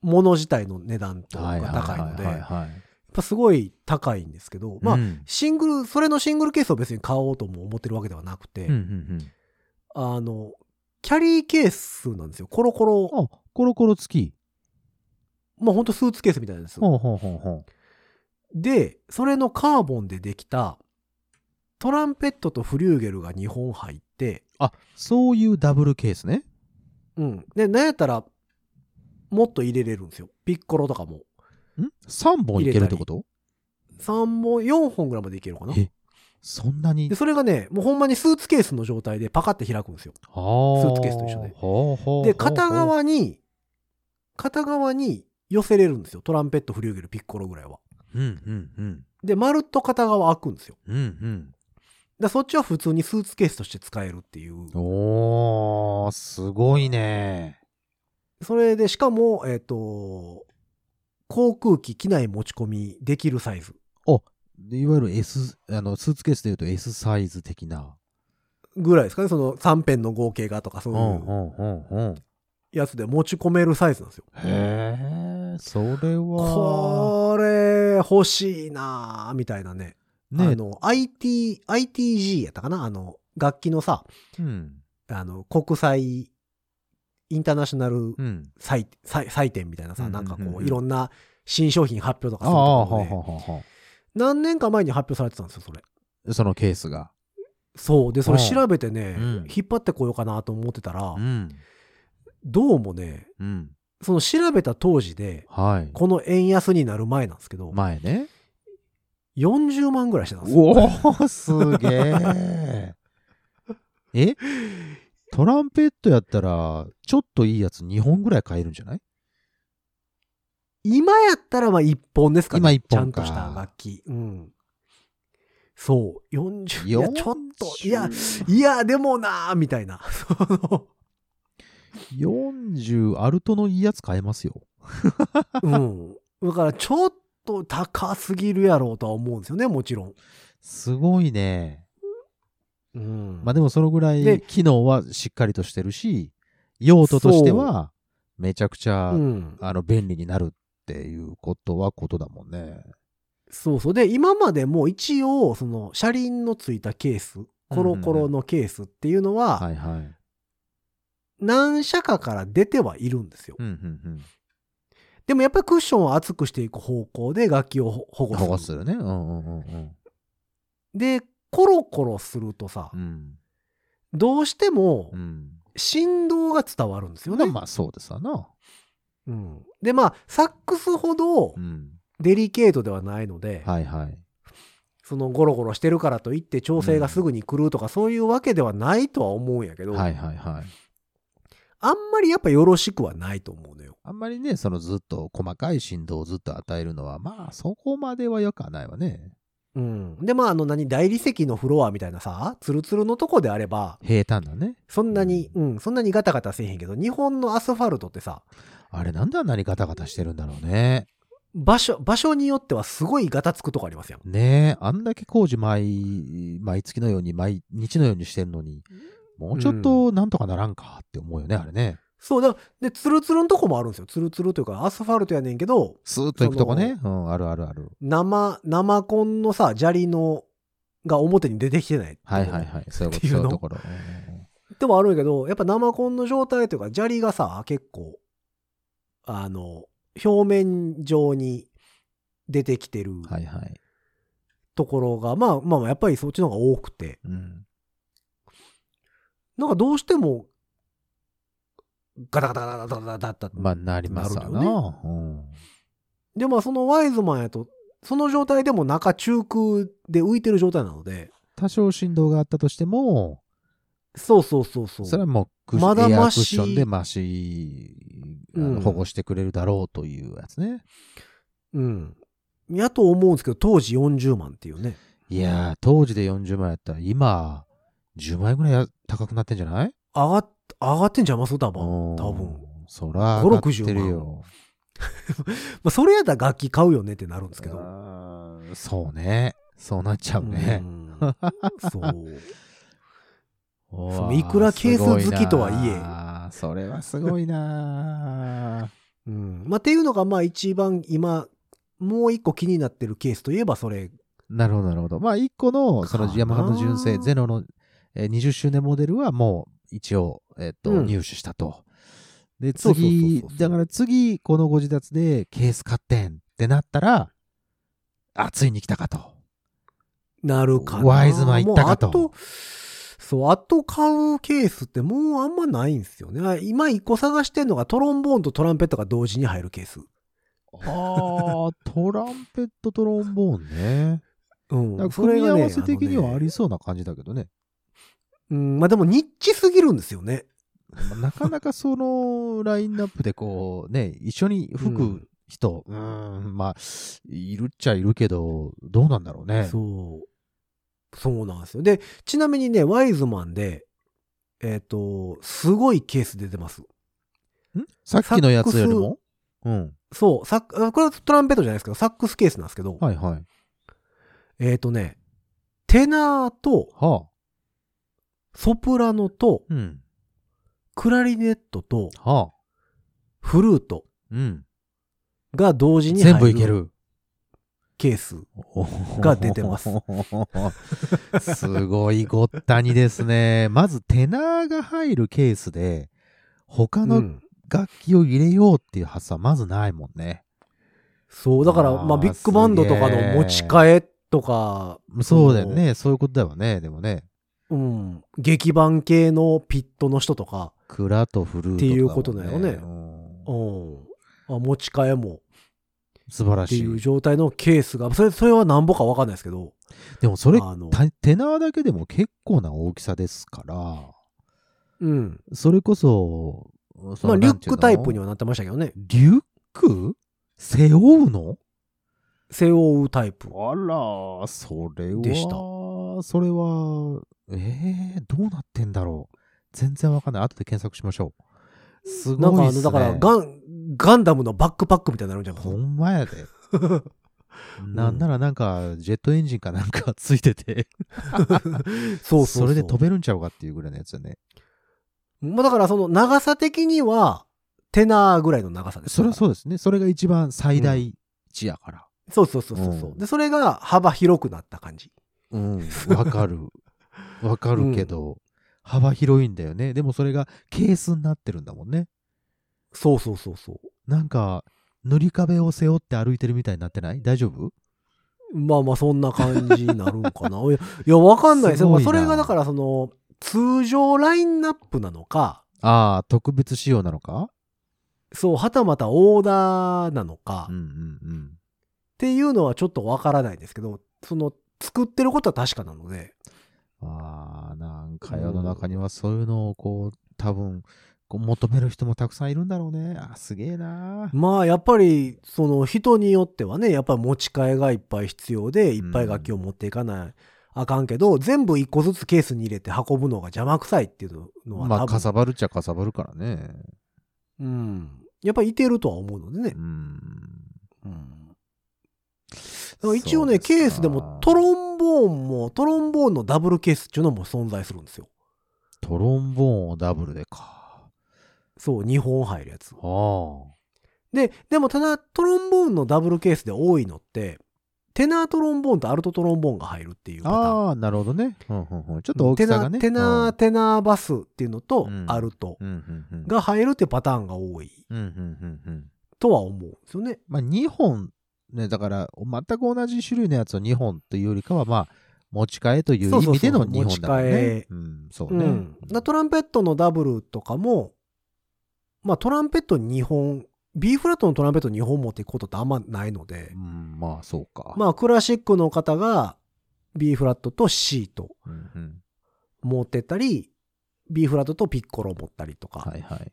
S2: もの自体の値段とかが高いので、
S3: はいはいはい
S2: やっ
S3: はいはい
S2: ぱすごい高いんですけど、まあ、
S3: うん
S2: シングル、それのシングルケースを別に買おうとも思ってるわけではなくて、
S3: うんうん
S2: あの、キャリーケースなんですよ。コロコロ、
S3: うんあ、コロコロ付き。
S2: まあほんとスーツケースみたいなんです。
S3: ほうほうほうほ
S2: で、それのカーボンでできた、トランペットとフリューゲルが2本入って、
S3: う。あ、そういうダブルケースね。
S2: うん。で、なんやったら、もっと入れれるんですよ。ピッコロとかも。
S3: ん ?3 本いけるってこと
S2: 3本、4本ぐらいまでいけるかな。
S3: えそんなに
S2: で、それがね、もうほんまにスーツケースの状態でパカって開くんですよ。
S3: あー
S2: スーツケースと一緒で
S3: ほうほうほう
S2: で、片側に、片側に寄せれるんですよ。トランペット、フリューゲル、ピッコロぐらいは。
S3: うんうんうん
S2: で、まるっと片側開くんですよ。
S3: うん
S2: だからそっちは普通にスーツケースとして使えるっていう
S3: うん。おー、すごいね。
S2: それでしかもえっ、と航空機機内持ち込みできるサイズ
S3: でいわゆる S、あの、スーツケースでいうと S サイズ的な。
S2: ぐらいですかねその3辺の合計がとかそううんいう
S3: うんうんうん。
S2: やつで持ち込めるサイズなんですよ
S3: へえ、それは。
S2: これ欲しいなあみたいなねあ
S3: ね
S2: の IT ITG やったかなあの楽器のさ
S3: うん。
S2: あの国際インターナショナル
S3: うん。
S2: 採採採点みたいなさ、
S3: うんうんうんうん
S2: なんかこういろんな新商品発表とか
S3: あ
S2: すると
S3: あ、は
S2: こ
S3: あ
S2: ろ
S3: は
S2: で
S3: あは
S2: 何年か前に発表されてたんですよ、それ。
S3: あ。そのケースが。
S2: そう。で、それ
S3: うん
S2: 調べてね、
S3: うん
S2: 引っ張ってこようかなと思ってたら、
S3: うん。
S2: どうもね、
S3: うん。
S2: その調べた当時で、
S3: はい。
S2: この円安になる前なんですけど、
S3: 前ね。
S2: 40万ぐらいしてたんですよ。
S3: おお、す げえ。えトランペットやったら、ちょっといいやつ2本ぐらい買えるんじゃない
S2: 今やったらまあ1本ですかね。
S3: 今一本か
S2: ちゃんとした楽器。うん。そう。40、いや、
S3: 40
S2: ちょっと、いや、いや、でもなーみたいな。 その
S3: 40アルトのいいやつ買えますよ。
S2: うん。だから、ちょっと高すぎるやろうとは思うんですよね、もちろん。
S3: すごいね。
S2: うん。
S3: まあでもそのぐら
S2: で
S3: い機能はしっかりとしてるし、用途としてはめちゃくちゃ、
S2: うん。
S3: あの便利になるっていうことはことだもんね。
S2: そうそう。で、今までも一応、その、車輪のついたケース、コロコロのケースっていうのは、
S3: はいはい。
S2: 何社かから出てはいるんですよ。
S3: うんうん
S2: でもやっぱりクッションを厚くしていく方向で楽器を保
S3: うん。
S2: 護す
S3: 保
S2: る。
S3: 護するね。うんうんうんうん
S2: で、コロコロするとさ
S3: う、ん。
S2: どうしても
S3: うん。
S2: 振動が伝わるんですよ
S3: ま
S2: ね。
S3: あまあそうですわな。
S2: うん、で、まあ、サックスほど
S3: うん。
S2: デリケートではないので、
S3: はいはい。
S2: そのゴロゴロしてるからといって調整がすぐに来るとか、そういうわけではないとは思うんやけど、
S3: はいはいはい。
S2: あんまりやっぱよろしくはないと思うのよ。
S3: あんまりね、そのずっと細かい振動をずっと与えるのは、まあそこまでは良くはないわね。
S2: うん、でまああの何大理石のフロアみたいなさツルツルのとこであれば
S3: 平坦だね。
S2: そんなに、うん、そんなにガタガタせえへんけど日本のアスファルトってさ
S3: あれなんであんなにガタガタしてるんだろうね。
S2: 場所場所によってはすごいガタつくとこありますやん。
S3: ねえ、あんだけ工事毎、毎月のように、毎日のようにしてるのに、もうちょっとなんとかならんかって思うよね、あれね。
S2: そうだでツルツルのとこもあるんですよツルツルというかアスファルトやねんけど
S3: スーッと行くとこね。うん、あるあるある。
S2: 生生コンのさ砂利のが表に出てきてないとこ
S3: はいはいはい。そういうこ
S2: って
S3: と、
S2: いう
S3: そう
S2: の
S3: いうところ。うん
S2: でもあるんやけどやっぱ生コンの状態というか砂利がさ結構あの表面上に出てきてる
S3: はいはい。
S2: ところが、まあまあまあやっぱりそっちの方が多くて
S3: うん。
S2: なんかどうしてもガタガタガタガタガタガタって
S3: まあ、なりますわな。
S2: なるよでまあそのワイズマンやとその状態でも中中空で浮いてる状態なので
S3: 多少振動があったとしても、
S2: そうそうそうそう
S3: それはもうクッション、
S2: まだ
S3: エアク
S2: マ
S3: ッ
S2: シ
S3: ションでマシ、あ
S2: う
S3: の
S2: ん
S3: 保護してくれるだろうというやつね。
S2: うんやと思うんですけど当時40万っていうね
S3: いやー、当時で40万やったら、今、10万円ぐらいや高くなってんじゃない
S2: 上がっ上がってんちゃいます多分
S3: うん
S2: 多分。
S3: そら、上がって
S2: 5-60
S3: るよ。
S2: まあ、それやったら楽器買うよねってなるんですけど。
S3: あーそうね。そうなっちゃうね
S2: う。ん。そう。
S3: お
S2: その
S3: ー
S2: いくらケース好きとはいえ
S3: すごいなーそれはすごいな
S2: うん。まあ、っていうのが、まあ、一番今、もう一個気になってるケースといえば、それ。
S3: ー なるほど、なるほど。まあ、一個の、そ
S2: か
S3: の
S2: な
S3: ヤマハの純正、ゼロのえー20周年モデルはもう、一応、えっと、
S2: うん
S3: 入手したと。で、
S2: そうそうそうそう
S3: 次、だから次、このご自宅でケース買ってんってなったら、あ、ついに来たかと。
S2: なるかな。
S3: ワイズマン行ったかと
S2: もうあと、そう、あと買うケースってもうあんまないんですよね。あ今一個探してんのが、トロンボーンとトランペットが同時に入るケース。
S3: ああ、トランペット、トロンボーン ね。
S2: う
S3: だ
S2: ん。
S3: から組み合わせ
S2: それがね
S3: 的にはあり
S2: のね
S3: そうな感じだけどね。
S2: うん。まあ、でも、ニッチすぎるんですよね。
S3: まあなかなか そのラインナップでこうね、一緒に吹く人、うーん、まあ、いるっちゃいるけど、どうなんだろうね。
S2: そう。そうなんですよ。で、ちなみにね、ワイズマンで、えっ、と、すごいケース出てます。
S3: んさっきのやつよりもうん。
S2: そう、サックあこれはトランペットじゃないですけど、サックスケースなんですけど、
S3: はいはい。
S2: えっ、とね、テナーと
S3: はあ。
S2: ソプラノと
S3: うん。
S2: クラリネットと
S3: はあ。
S2: フルート
S3: うん。
S2: が同時に
S3: 全部いけ
S2: 入る
S3: る。
S2: ケース。 が出てます。
S3: すごいごったにですね。まず、テナーが入るケースで、他
S2: う
S3: の
S2: ん
S3: 楽器を入れようっていう発想はまずないもんね。
S2: そう、だから、
S3: あー
S2: まあ、ビッグバンドとか
S3: すげ
S2: の
S3: え
S2: 持ち替えとか、
S3: そうだよね。そういうことだよね。でもね。
S2: うん、劇版系のピットの人とか、
S3: クラとフルート
S2: っていうことだよねう
S3: うん
S2: ん、あ持ち替えも
S3: 素晴ら
S2: って
S3: し
S2: いう
S3: い。
S2: 状態のケースが、それ、それはなんぼかわかんないですけど、
S3: でもそれ、
S2: あの、
S3: たテナーだけでも結構な大きさですから、
S2: うん。
S3: それこそ、そ
S2: ま
S3: の
S2: あ、リュ
S3: なん
S2: ッ
S3: ていうの
S2: クタイプにはなってましたけどね。
S3: リュック背負うの
S2: 背負うタイプ。
S3: あら、それは、
S2: でした
S3: それは、えー、どうなってんだろう。全然わかんない。後で検索しましょう。す
S2: なん
S3: ご
S2: か
S3: い
S2: あ
S3: っす
S2: の、
S3: ね。
S2: だから、ガン、ガンダムのバックパックみたいになるんじゃ
S3: ほ
S2: ん。
S3: んま やで。なんならなんか、ジェットエンジンかなんかついてて、
S2: そうそうそう。
S3: れで飛べるんちゃうかっていうぐらいのやつよね。
S2: まあ、だから、その、長さ的には、テナーぐらいの長さです。
S3: それはそうですね。それが一番最大値やから。
S2: そうそうそうそうそうう。
S3: ん
S2: で、それが幅広くなった感じ。
S3: うん、わかる。 わかるけど、幅広いんだよね。でもそれがケースになってるんだもんね。
S2: そうそうそうそう。
S3: なんか、塗り壁を背負って歩いてるみたいになってない大丈夫
S2: まあまあ、そんな感じになるんかな。い や、いやわかんないです
S3: すごいな
S2: それが、だから、その、通常ラインナップなのか、
S3: ああ、特別仕様なのか
S2: そう、はたまたオーダーなのか、
S3: うんう
S2: っ
S3: んうん。
S2: ていうのはちょっとわからないですけど、その作ってることは確かなので、
S3: ああ、なんか世の中にはそういうのをこう、多分、こう求める人もたくさんいるんだろうね。あ、すげえな
S2: まあやっぱりその人によってはねやっぱり持ち替えがいっぱい必要でいっぱい楽器を持っていかないあかんけど、全部一個ずつケースに入れて運ぶのが邪魔くさいっていうのは
S3: ま
S2: 多
S3: あ、
S2: 分、
S3: かさばるっちゃかさばるからね。
S2: うん、やっぱりいてるとは思うのでね
S3: う、ん。
S2: うん、だから一応ね
S3: そう
S2: ケ
S3: で
S2: ー
S3: す
S2: ス
S3: か
S2: でもトロンボーンもトロンボーンのダブルケースっていうのも存在するんですよ
S3: トロンボーンをダブルでか。
S2: そう2本入るやつ
S3: ああ。
S2: ででもただトロンボーンのダブルケースで多いのってテナートロンボーンとアルトトロンボーンが入るっていうパターン
S3: ああ、なるほどね。うんうんうん。ちょっと大き
S2: テ
S3: さ
S2: ナ
S3: がね。
S2: テナー、テナーバスっていうのと
S3: うん、
S2: アルト
S3: うんうんうんうん。
S2: が入るっていうパターンが多い
S3: うんうんうんうん。
S2: とは思うんですよね。
S3: まあ、2本、ね、だから、全く同じ種類のやつを2本というよりかは、まあ、持ち替えという
S2: そう
S3: 意
S2: そうそう
S3: 味での2本だから
S2: 持
S3: ね。
S2: ち替え
S3: うん、そう
S2: う
S3: ね。
S2: ん。だトランペットのダブルとかも、まあトランペット2本、B フラットのトランペット2本持っていくことってあんまないので
S3: う、ん、まあ、そうか。
S2: まあクラシックの方が B フラットと C と
S3: うんうん、
S2: 持ってったり、B フラットとピッコロ持ったりとか、
S3: はいはい。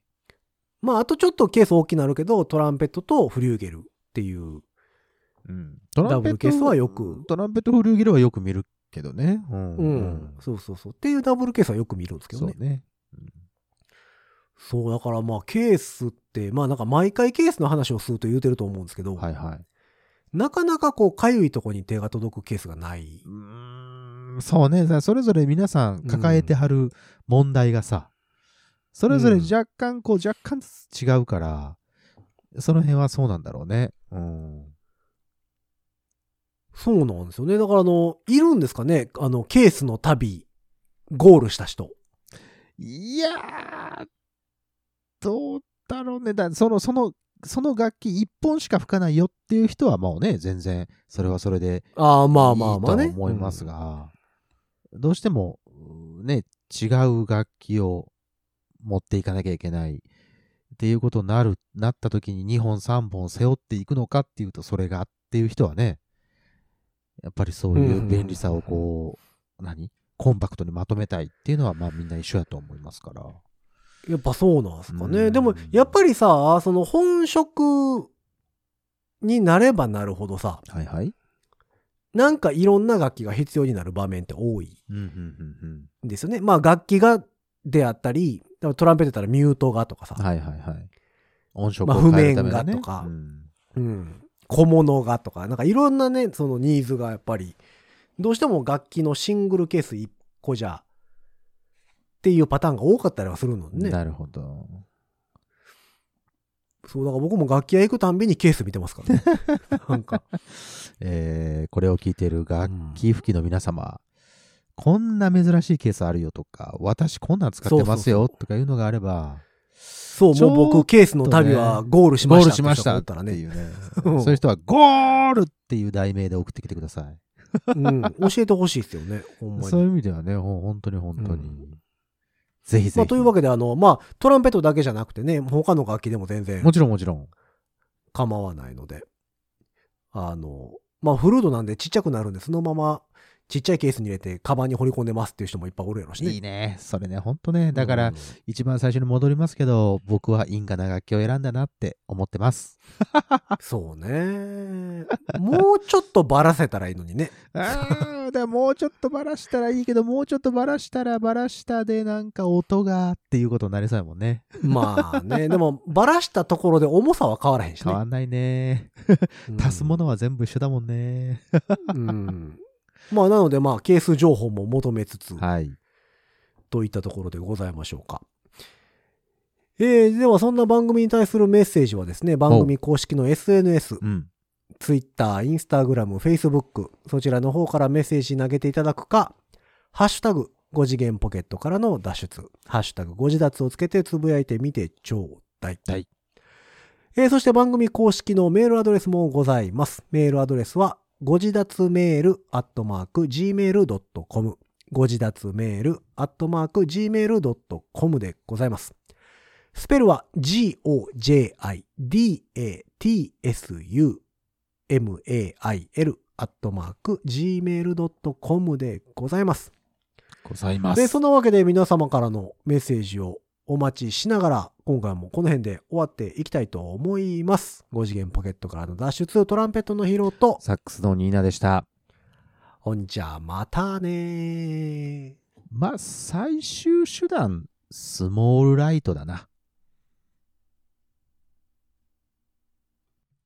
S2: まああとちょっとケース大きなるけど、トランペットとフリューゲルっていう、
S3: うん、トランペット
S2: ダブルケースはよく
S3: トランペットフルーギルはよく見るけどね。うん。
S2: うん、そうそうそうっていうダブルケースはよく見るんですけど
S3: そう
S2: ね。
S3: ね。
S2: そう、だからまあケースって、まあなんか毎回ケースの話をすると言うてると思うんですけど、
S3: はいはい。
S2: なかなかこう、かゆいとこに手が届くケースがない。
S3: うんそうね。さそれぞれ皆さん抱えてはる問題がさ、それぞれ若干、こう、若干ずつ違うから、その辺はそうなんだろうね。うん。
S2: そうなんですよね。だからあの、いるんですかねあの、ケースの旅、ゴールした人。
S3: いやー、どうだろうね。だその、その、その楽器一本しか吹かないよっていう人はもうね、全然、それはそれで
S2: ああ、まあまあまあね。
S3: いいとは思いますが、どうしても、うーね、違う楽器を持っていかなきゃいけないっていうことになる、なった時に2本3本背負っていくのかっていうと、それがっていう人はね、やっぱりそうい
S2: んう
S3: うんう便利さをこう、何コンパクトにまとめたいっていうのは、まあみんな一緒やと思いますから。
S2: うんやっぱそうなんですか
S3: う
S2: ね。
S3: ん
S2: でも、やっぱりさ、その本職になればなるほどさ、
S3: はいはい。
S2: なんかいろんな楽器が必要になる場面って多い。
S3: うん、うん、うん、
S2: ですよね。まあ楽器がであったり、トランペットだったらミュートがとかさ、
S3: うん。はいはいはい。音色
S2: まあ
S3: を変えるための
S2: 譜面が
S3: ね。
S2: とか
S3: うん
S2: うん、小物がとか、なんかいろんなね、そのニーズがやっぱり、どうしても楽器のシングルケース1個じゃ、っていうパターンが多かったりはするのでね。
S3: なるほど。
S2: そう、だから僕も楽器屋行くたんびにケース見てますからね。なんか。
S3: えーこれを聞いている楽器吹きの皆様、こんな珍しいケースあるよとか、私こんなん使ってますよ
S2: そうそうそう
S3: とかいうのがあれば、
S2: そう、
S3: ちょ
S2: も
S3: っと
S2: う
S3: ね
S2: 僕、ケースの旅はゴールしま
S3: ゴ
S2: した
S3: ー
S2: っ
S3: ル
S2: て
S3: しました
S2: 思
S3: っ
S2: ってたら
S3: い
S2: ね。
S3: うね。
S2: うん
S3: そういう人は、ゴールっていう題名で送ってきてください。
S2: うん、教えてほしいですよね。ほんま
S3: そうい
S2: に。
S3: う意味ではね、ほん本当に本当に。
S2: うん
S3: ぜひぜひ。
S2: まあ、というわけで、あの、まあ、トランペットだけじゃなくてね、他の楽器でも全然
S3: もちろんもちろん。
S2: 構わないので、あの、まあ、フルードなんでちっちゃくなるんで、そのままちっちゃいケースに入れて、カバンに掘り込んでますっていう人もいっぱいおるやろしね。
S3: いいね。それね、本当ね。だから、
S2: うん
S3: 一番最初に戻りますけど、僕は因果な楽器を選んだなって思ってます。
S2: そうね。もうちょっとばらせたらいいの にね。
S3: ああ、だからもうちょっとバラしたらいいけど、もうちょっとバラしたらバラしたでなんか音がっていうことになりそうやもんね。
S2: まあね、でも、ばらしたところで重さは変わらへんし
S3: 変わ
S2: ね。
S3: んないね。
S2: うん
S3: 足すものは全部一緒だもんね。
S2: うん。まあ、なので、まあ、ケース情報も求めつつ、
S3: はい。
S2: といったところでございましょうか。えーではそんな番組に対するメッセージはですね、番組公式の SNS、
S3: うん。
S2: Twitter、Instagram、Facebook、そちらの方からメッセージ投げていただくか、ハッシュタグ、5次元ポケットからの脱出、ハッシュタグ、5次脱をつけてつぶやいてみてちょうだい。
S3: はい
S2: えーそして番組公式のメールアドレスもございます。メールアドレスは、ご自立メールアットマーク gmail.com。ご自立メールアットマーク gmail.com でございます。スペルは g-o-j-i-d-a-t-s-u m-a-i-l アットマーク、gmail.com でございます。
S3: ございま
S2: で、
S3: す
S2: そ。んなわけで皆様からのメッセージをお待ちしながら、今回もこの辺で終わっていきたいと思います。5次元ポケットからの脱出、トランペットのヒロと、
S3: サックスのニーナでした。
S2: ほんじゃ、またねー。
S3: まあ、最終手段、スモールライトだな。